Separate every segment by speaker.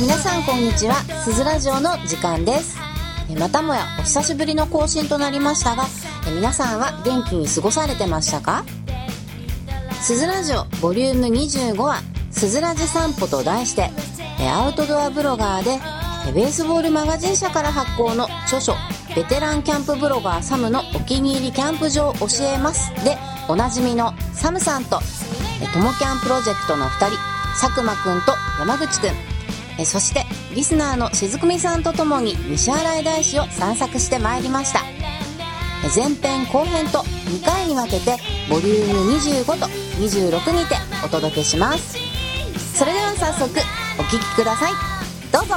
Speaker 1: 皆さんこんにちはすずラジオの時間ですえまたもやお久しぶりの更新となりましたがえ皆さんは元気に過ごされてましたかすずラジオボリューム25は「すずらじ散歩」と題してえアウトドアブロガーでえベースボールマガジン社から発行の著書「ベテランキャンプブロガーサムのお気に入りキャンプ場教えます」でおなじみのサムさんとえともキャンプロジェクトの2人佐久間くんと山口くんえそしてリスナーのしずくみさんとともに西新井大師を散策してまいりましたえ前編後編と2回に分けてボリューム25と26にてお届けしますそれでは早速お聴きくださいどうぞ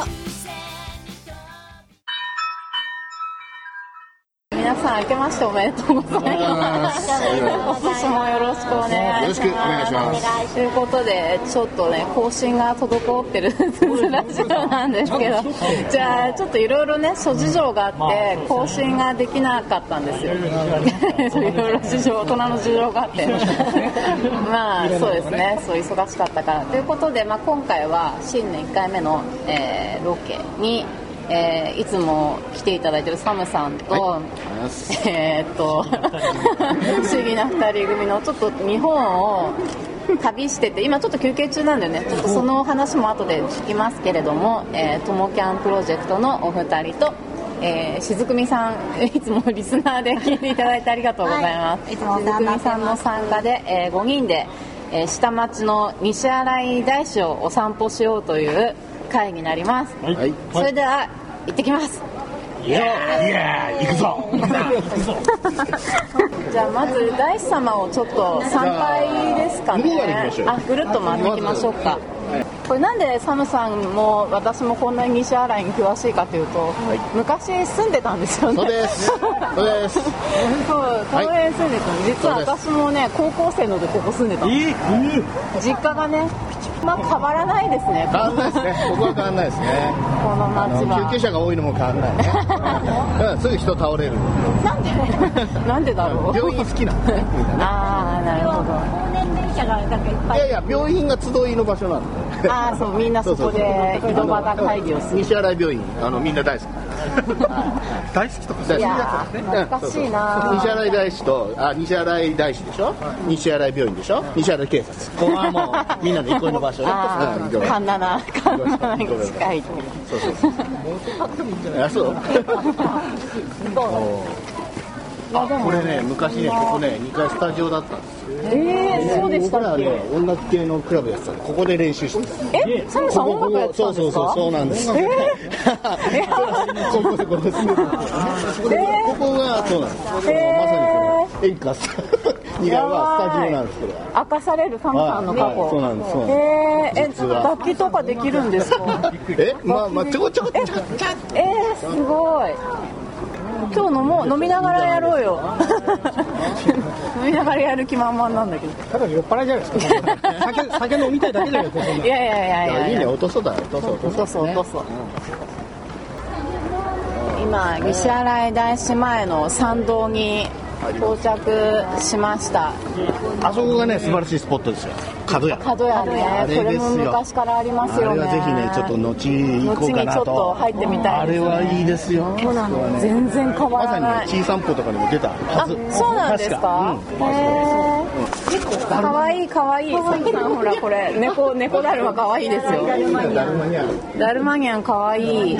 Speaker 2: 皆さん明けましておめでとうございます。今年もよろしくお願いします。
Speaker 3: よろしくお願いします
Speaker 2: ということで、ちょっとね、更新が滞ってるラジオなんですけど、じゃあ、ちょっといろいろね、諸事情があって、更新ができなかったんですよ。いろいろ事情、大人の事情があって。まあ、そうですね、そう忙しかったから。ということで、まあ、今回は新年1回目の、えーロケに、えーいつも来ていただいてるサムさんと、えーっと不思議な2人組のちょっと日本を旅してて今ちょっと休憩中なんだよねちょっとそのお話も後で聞きますけれども「えーともキャンプロジェクト」のお二人と、えーしずくみさんいつもリスナーで聞いていただいてありがとうございます、
Speaker 4: はいいつもお
Speaker 2: し
Speaker 4: 世
Speaker 2: ず
Speaker 4: 話
Speaker 2: く
Speaker 4: にな
Speaker 2: み
Speaker 4: ってます
Speaker 2: さんの参加で、え5人で、えー下町の西新井大師をお散歩しようという会になります、
Speaker 3: はい。
Speaker 2: それでは行ってきます
Speaker 3: いやいや行くぞ。
Speaker 2: じゃあまず大師様をちょっと参拝ですかね
Speaker 3: ぐるっと回
Speaker 2: あぐるっと回っ
Speaker 3: りましょうよ
Speaker 2: ていきましょうかこれなんでサムさんも私もこんなに西新井に詳しいかというと、昔住んでたんですよね
Speaker 3: そうです。そうです。
Speaker 2: そう田植え住んでたの実は
Speaker 3: そうで
Speaker 2: 私もね高校生の時ここ住んでたの実家がねまあ変わらないですね
Speaker 3: 変わんないですね。ここは変わんないですね。
Speaker 2: この
Speaker 3: あ
Speaker 2: 町
Speaker 3: の救急
Speaker 2: は
Speaker 3: 車が多いのも変わんないね。だからすぐ人倒れる。
Speaker 2: なんでだろう
Speaker 3: 病院好きなんだね。みんなね
Speaker 2: ああなるほど
Speaker 4: 高年齢者がなんかいっぱ
Speaker 3: い
Speaker 4: い
Speaker 3: やいや病院が集いの場所なんで。
Speaker 2: ああそうみんなそこで井戸端会議をする
Speaker 3: 西新井病院あのみんな大好き。
Speaker 5: 大好きとか
Speaker 2: い
Speaker 3: 大好き
Speaker 2: やー懐かしいなー
Speaker 3: うんそうそう西新井大師とあ西新井大師でしょ。西新井病院でしょ。西新井警察。ここはもうみんなで憩いの場所ね。
Speaker 2: あ
Speaker 3: うん
Speaker 2: あ
Speaker 3: 憩いの場所
Speaker 2: 環七環七に近い
Speaker 3: そうそうそう。あ、そう。 これね、昔ね、ここね、2階スタジオだったんですよ。
Speaker 2: ええそうでし
Speaker 3: 僕
Speaker 2: た
Speaker 3: ら
Speaker 2: っ
Speaker 3: はね
Speaker 2: け、
Speaker 3: 音楽系のクラブやってたのここで練習してた。
Speaker 2: えサムさん音楽やってた
Speaker 3: そ
Speaker 2: ん
Speaker 3: う
Speaker 2: で
Speaker 3: そ
Speaker 2: す
Speaker 3: うそう、
Speaker 2: か
Speaker 3: そうなんです。えここでここで住んでたんですよここが、そうなんです。まさにこの演歌ス、2階はスタジオなんですけど。
Speaker 2: 明かされるサムさんの過
Speaker 3: はいはいそうなんですそう
Speaker 2: 去
Speaker 3: なん
Speaker 2: え
Speaker 3: で
Speaker 2: ええ
Speaker 3: 実は
Speaker 2: 楽器とかできるんですか
Speaker 3: え、まあまあ、ちょこちょこ。
Speaker 2: ええすごい今日飲もう飲みながらやろうよ 飲みながらやる気満々なんだけど
Speaker 5: ただの酔っ払いじゃないですか酒酒飲みたいだけじゃないここ
Speaker 2: いやいやいやいや
Speaker 3: い
Speaker 2: い
Speaker 3: い
Speaker 2: や
Speaker 3: ね、落とそうだ、落とそう、落
Speaker 2: 落と
Speaker 3: と
Speaker 2: そ
Speaker 3: そうう。
Speaker 2: 落とそう今西新井大師前の参道に到着しました
Speaker 3: あそこがね、素晴らしいスポットですよ。角屋。
Speaker 2: 角屋ね
Speaker 3: あ
Speaker 2: こ
Speaker 3: れです
Speaker 2: れ
Speaker 3: よ
Speaker 2: も昔からありますよね
Speaker 3: あれはぜひね、ちょっと後行こうか
Speaker 2: 後に
Speaker 3: なと。
Speaker 2: ちょっと入ってみたい
Speaker 3: あ
Speaker 2: です
Speaker 3: れ
Speaker 2: ね
Speaker 3: はいいですよ。そうなの、
Speaker 2: 全然変わ
Speaker 3: まさ
Speaker 2: ら
Speaker 3: にね
Speaker 2: ない、
Speaker 3: 小散歩とかにも出たは
Speaker 2: あ
Speaker 3: ず。
Speaker 2: そうなんですか
Speaker 3: 確
Speaker 2: へえかわいいかわいいサムさんほらこれ猫猫だるまかわいいですよ
Speaker 3: うん。だるまにある
Speaker 2: ダルマニャンかわいい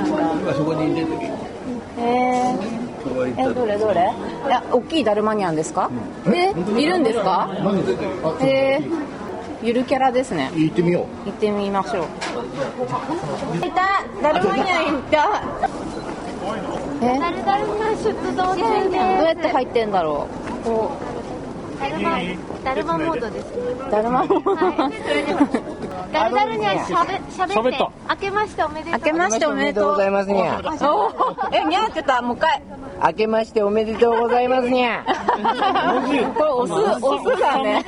Speaker 2: えー、えどれどれいや大きいダルマニャンですか、えいるんですかえー、ゆるキャラですね
Speaker 3: 行ってみよ
Speaker 2: 行ってみましょういたダルマニャンいたえ
Speaker 4: ダルダルマ出動中
Speaker 2: どう
Speaker 4: で
Speaker 2: やって入ってんだろうこ
Speaker 4: すダルマダルマモードです
Speaker 2: うダルマも
Speaker 4: ダルダルにはしゃべしゃべって明けましておめでとう
Speaker 2: 明けましておめでと
Speaker 6: おめでとう
Speaker 2: う
Speaker 6: ございますにゃ
Speaker 2: おーえにゃーって言ったもう一回
Speaker 6: 明けましておめでとうございますに ゃ
Speaker 2: これオスオスだね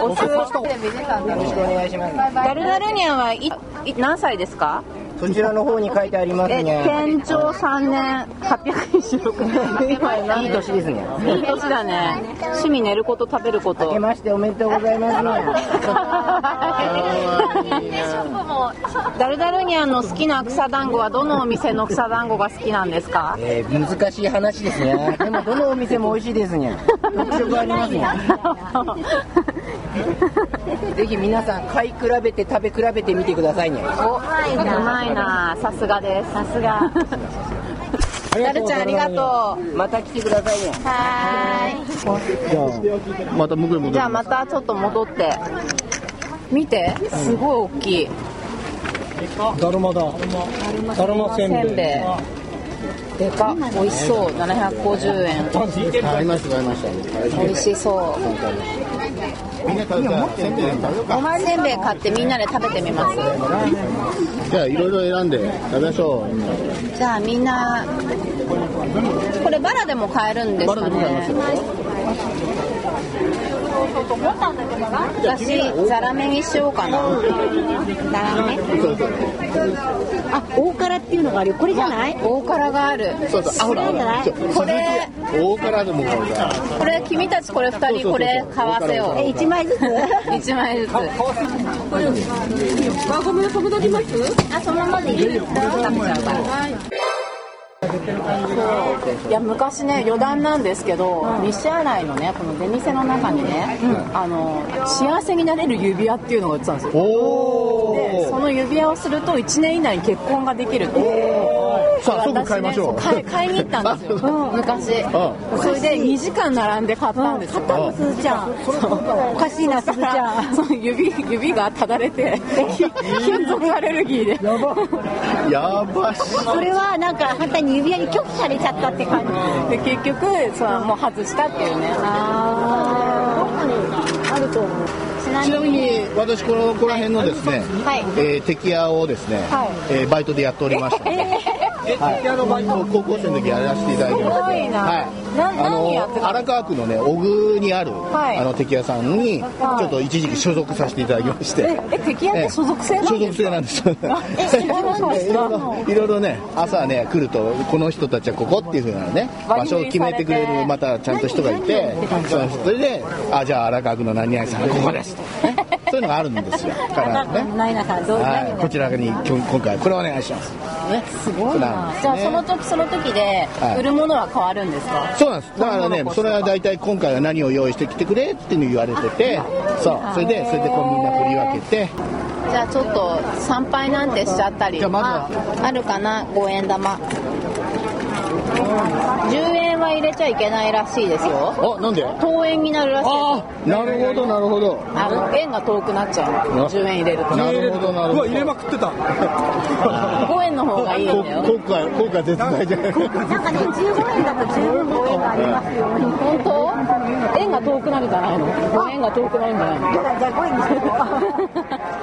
Speaker 2: オス
Speaker 6: よろしくお願いします
Speaker 2: ダルダルニャンはいい何歳ですか
Speaker 6: 8そちらの方に書いてあります
Speaker 2: え
Speaker 6: にゃ
Speaker 2: 天長三年826年
Speaker 6: いい年ですにゃ
Speaker 2: いい年だね趣味寝ること食べるこ
Speaker 6: 明け
Speaker 2: と
Speaker 6: ましておめでとうございますにゃ
Speaker 2: ダルダルニャンの好きな草団子はどのお店の草団子が好きなんですか
Speaker 6: えー難しい話ですねでもどのお店も美味しいですにゃ特色ありますにゃぜひ皆さん買い比べて食べ比べてみてくださいにゃ
Speaker 2: おうまいなさすがですさす がダルちゃんありがとう
Speaker 6: また来てくださいにゃ
Speaker 3: また向こうに戻る
Speaker 2: じゃあまたちょっと戻って見てすごい大きい
Speaker 5: だるまだ。だるませんべい。
Speaker 2: でか美味しそう750円
Speaker 3: 買いました買いました
Speaker 2: 美味しそ
Speaker 3: みんな食べたせんべいでも食べよう
Speaker 2: うお
Speaker 3: か
Speaker 2: 前せんべい買ってみんなで食べてみます
Speaker 3: じゃあいろいろ選んで食べましょう
Speaker 2: じゃあみんなこれバラでも買えるんですかね私ザラメにしようかなザラメ
Speaker 3: そうそう
Speaker 7: あ、大辛っていうのがあるよ。これじゃない？
Speaker 2: 大辛がある
Speaker 3: そうそうあほらほらちょ
Speaker 2: これ
Speaker 3: 大辛でも買うから
Speaker 2: これ君たちこれ2人これ買わせよ
Speaker 7: え、一枚ずつ？
Speaker 2: う1枚ずつ
Speaker 4: あ、そのままでいいですか
Speaker 2: いや昔ね余談なんですけど、西新井のねこの出店の中にね、あの幸せになれる指輪っていうのが売ってたんですよ
Speaker 3: お
Speaker 2: でそ
Speaker 3: お
Speaker 2: の指輪をすると1年以内に結婚ができるって
Speaker 3: さあ
Speaker 2: 私
Speaker 3: 即
Speaker 2: ね
Speaker 3: 買いまし
Speaker 2: そ
Speaker 3: ょう
Speaker 2: う買い買いに行ったん ですようん昔
Speaker 3: あ
Speaker 2: それで2時間並んで買ったんですよ
Speaker 3: あ
Speaker 7: すずちゃん。おかしいな、すずちゃん。
Speaker 2: その指指がただれて金属アレルギーで
Speaker 3: やばし
Speaker 7: それはなんか反対に指輪に拒否されちゃったって感じ。
Speaker 2: で結局そうもう外したっていうね
Speaker 3: ちなみに私このここら辺のですね、えー、敵屋をですね、えーバイトでやっておりました、はい、高校生の時やらせていただいてまし
Speaker 2: すご
Speaker 3: て
Speaker 2: いな
Speaker 3: はい
Speaker 2: な
Speaker 3: あ
Speaker 2: 何やってた
Speaker 3: の荒川区のね小久にある、
Speaker 2: い
Speaker 3: あの敵屋さんにちょっと一時期所属させていただきまして、
Speaker 2: え敵屋って所属制なんで
Speaker 3: 所属
Speaker 2: すか
Speaker 3: 制なんです。い
Speaker 2: 知らなかった
Speaker 3: ろいろいろいろね、朝ね来るとこの人たちはここっていう風なね場所を決めてくれるまたちゃんと人がいて、そうそれであじゃあ荒川区の何々さんここですとかね、そういうのがあるんですよ。からね。
Speaker 7: ないなさん、どう
Speaker 3: はい、こちらに今日今回これお願いします。ね、すごいな
Speaker 2: じゃあその時その時で
Speaker 3: はい
Speaker 2: 売るものは変わるんですか、
Speaker 3: そうなんです。だからね、それは大体今回は何を用意してきてくれっていうの言われてて、そう、それでそれでこうみんな振り分けて、
Speaker 2: じゃあちょっと参拝なんてしちゃったり
Speaker 3: じゃあまず
Speaker 2: ああるかな5円玉10円は入れちゃいけないらしいですよ
Speaker 3: あ、なんで？
Speaker 2: 遠円になるらしいですよ
Speaker 3: あ、なるほどなるほど。
Speaker 2: あ円が遠くなっちゃう
Speaker 3: あ
Speaker 2: の10円入れると
Speaker 3: なるほどなるほど
Speaker 5: うわ、入れまくってた。
Speaker 2: 5円の方がいいん
Speaker 3: 効
Speaker 2: だよ
Speaker 3: 果は効果絶対じゃない。
Speaker 7: なんかね、15円だと15円がありますよ。
Speaker 2: 本当円が遠くなるんじゃないの5円が遠くなるんじゃないの
Speaker 7: じゃあ、じゃあ5円にしよ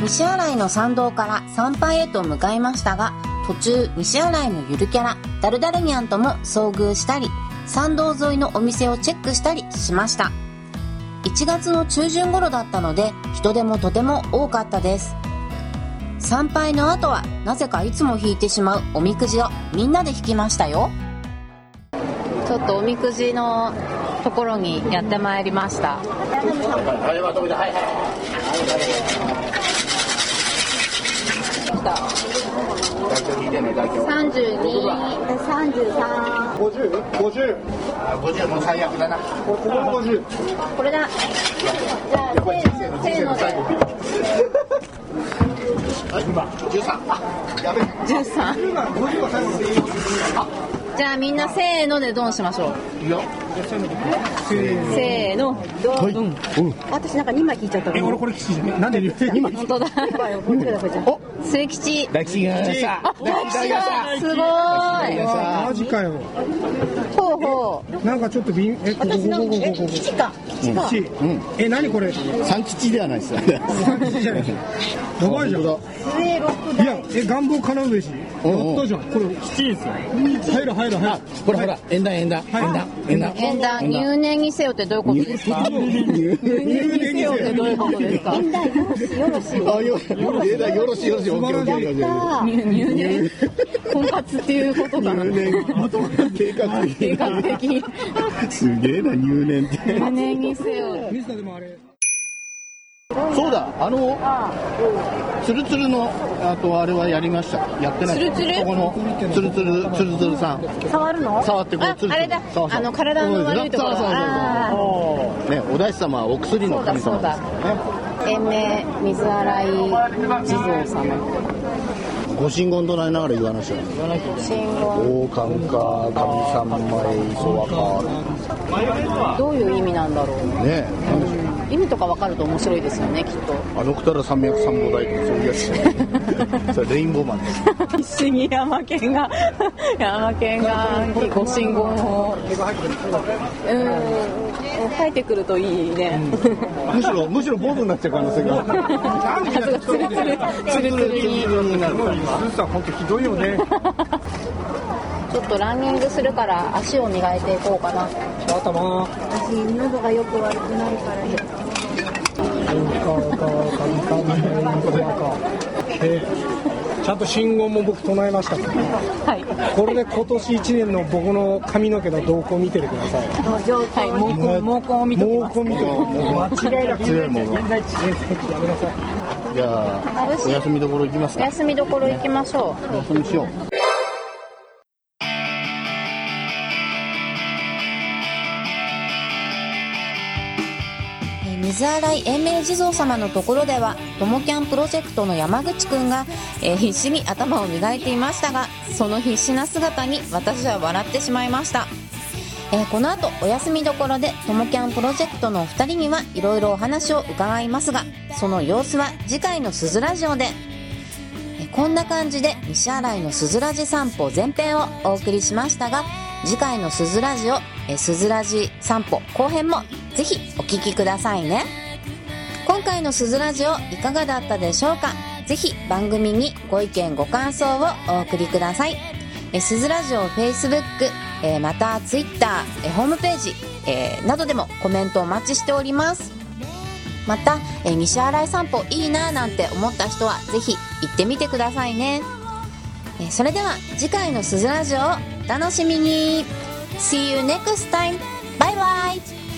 Speaker 1: 西新井の参道から参拝へと向かいましたが途中西新井のゆるキャラダルダルニャンとも遭遇したり参道沿いのお店をチェックしたりしました1月の中旬頃だったので人手もとても多かったです参拝の後はなぜかいつも引いてしまうおみくじをみんなで引きましたよ
Speaker 2: ちょっとおみくじのところにやってまいりました。三十二、三十三、
Speaker 3: 五十？五十？五十もう最悪だな。ここも五十。
Speaker 2: これだ。じゃあ、
Speaker 3: これ人生の人生の最後。十三。やべ。
Speaker 2: 十三。じゃあ、みんなせーのでドンしましょう。
Speaker 3: いや。
Speaker 2: せーの、ドン。
Speaker 7: う。私なんか2枚引いちゃった
Speaker 5: え、
Speaker 7: の。
Speaker 5: 俺これ吉じゃない。なんで今
Speaker 2: 本当だ。
Speaker 7: こっちだこっちだ
Speaker 2: 末吉。
Speaker 3: 大吉がさ。
Speaker 2: 吉だ。すごーい。
Speaker 3: さ
Speaker 5: マジかよ。
Speaker 2: ほうほ
Speaker 5: なんかちょっと瓶、え、こここ
Speaker 7: 私なん
Speaker 5: こ
Speaker 7: か、え、
Speaker 5: こここ。
Speaker 7: 吉か。吉か。
Speaker 5: 吉
Speaker 3: ん
Speaker 5: え、何これ。
Speaker 3: あ。三吉ではないです。
Speaker 5: 吉じゃない。やばいじゃん。
Speaker 3: 本
Speaker 7: 末六
Speaker 5: いや、え、願望叶うべし。や
Speaker 3: うん
Speaker 5: ったじゃん。これ吉ですよ。入る入る入る。
Speaker 3: ほらほら円談円談円談円談
Speaker 2: う。縁談入念にせよってどういうことですか。
Speaker 3: 入念にせよ
Speaker 2: ってどういうことですか
Speaker 7: 現代よろしいよろしい
Speaker 3: あよえらいよろしいよろしいオッケーオッケーオッケーオッケー
Speaker 7: さあ
Speaker 2: 入入念婚活っていうことかな
Speaker 3: 入念まとまった計画
Speaker 2: 計
Speaker 3: 的
Speaker 2: 画的入
Speaker 3: すげえな入念って
Speaker 2: 念にせよ
Speaker 5: 水田でもあれ
Speaker 3: そうだあのツルツルのあとあれはやりましたやってない
Speaker 2: ツルツル
Speaker 3: そこのツルツルツルツルさん
Speaker 7: 触るの
Speaker 3: 触ってこう
Speaker 2: あ
Speaker 3: ツルツル
Speaker 2: あれだ
Speaker 3: 触
Speaker 2: あの体の悪いところ
Speaker 3: そうそうそう
Speaker 2: あー
Speaker 3: そうねお大師様はお薬の神様ですからね
Speaker 2: 延命水洗い地蔵様
Speaker 3: ご神言となりながら言わなしゃ
Speaker 2: 信号
Speaker 3: 王冠か神様へ磯若
Speaker 2: どういう意味なんだろう
Speaker 3: ねえなんでしょう
Speaker 2: 意味とかわかると面白いですよねきっ
Speaker 3: あのくたら山脈三宝大根そういうや つそれレインボーマンです
Speaker 2: と必死にヤマケン がヤマケンがご信号をうん書いてくるといいね、
Speaker 3: むしろむしろボブになっちゃう可能性がある
Speaker 2: ツルツルツルツルに
Speaker 3: になるから
Speaker 5: 水さん本当ひどいよね
Speaker 2: ちょっとランニングするから足を磨いていこうかな
Speaker 5: 頭
Speaker 7: 私喉がよく悪くなるからね
Speaker 5: でちゃんと信号も僕唱えましたから
Speaker 2: はい
Speaker 5: これで今年1年の僕の髪の毛の動向を見ててください
Speaker 2: はい毛根毛根を見ときます
Speaker 5: 毛根見て間違いなく
Speaker 3: 強いもの
Speaker 5: 現在地全席やめなさい
Speaker 3: じゃあお休みどころ行きます
Speaker 2: お
Speaker 3: か
Speaker 2: 休みどころ行きましょ
Speaker 3: お休みしよう
Speaker 1: えー水洗い延命地蔵様のところではともキャンプロジェクトの山口くんが、えー必死に頭を磨いていましたがその必死な姿に私は笑ってしまいました、えーこの後お休みどころでともキャンプロジェクトのお二人にはいろいろお話を伺いますがその様子は次回の「すずラジオで」えーこんな感じで西新井のすずらじ散歩前編をお送りしましたが次回のすずラジオえーすずらじ散歩後編もぜひお聞きくださいね今回のすずラジオいかがだったでしょうかぜひ番組にご意見ご感想をお送りくださいえーすずラジオ Facebook えーまた Twitter えーホームページえーなどでもコメントお待ちしておりますまた、えー西新井散歩いいなぁなんて思った人はぜひ行ってみてくださいね、えーそれでは次回の「すずラジオ」をお楽しみに See you next time! バイバイ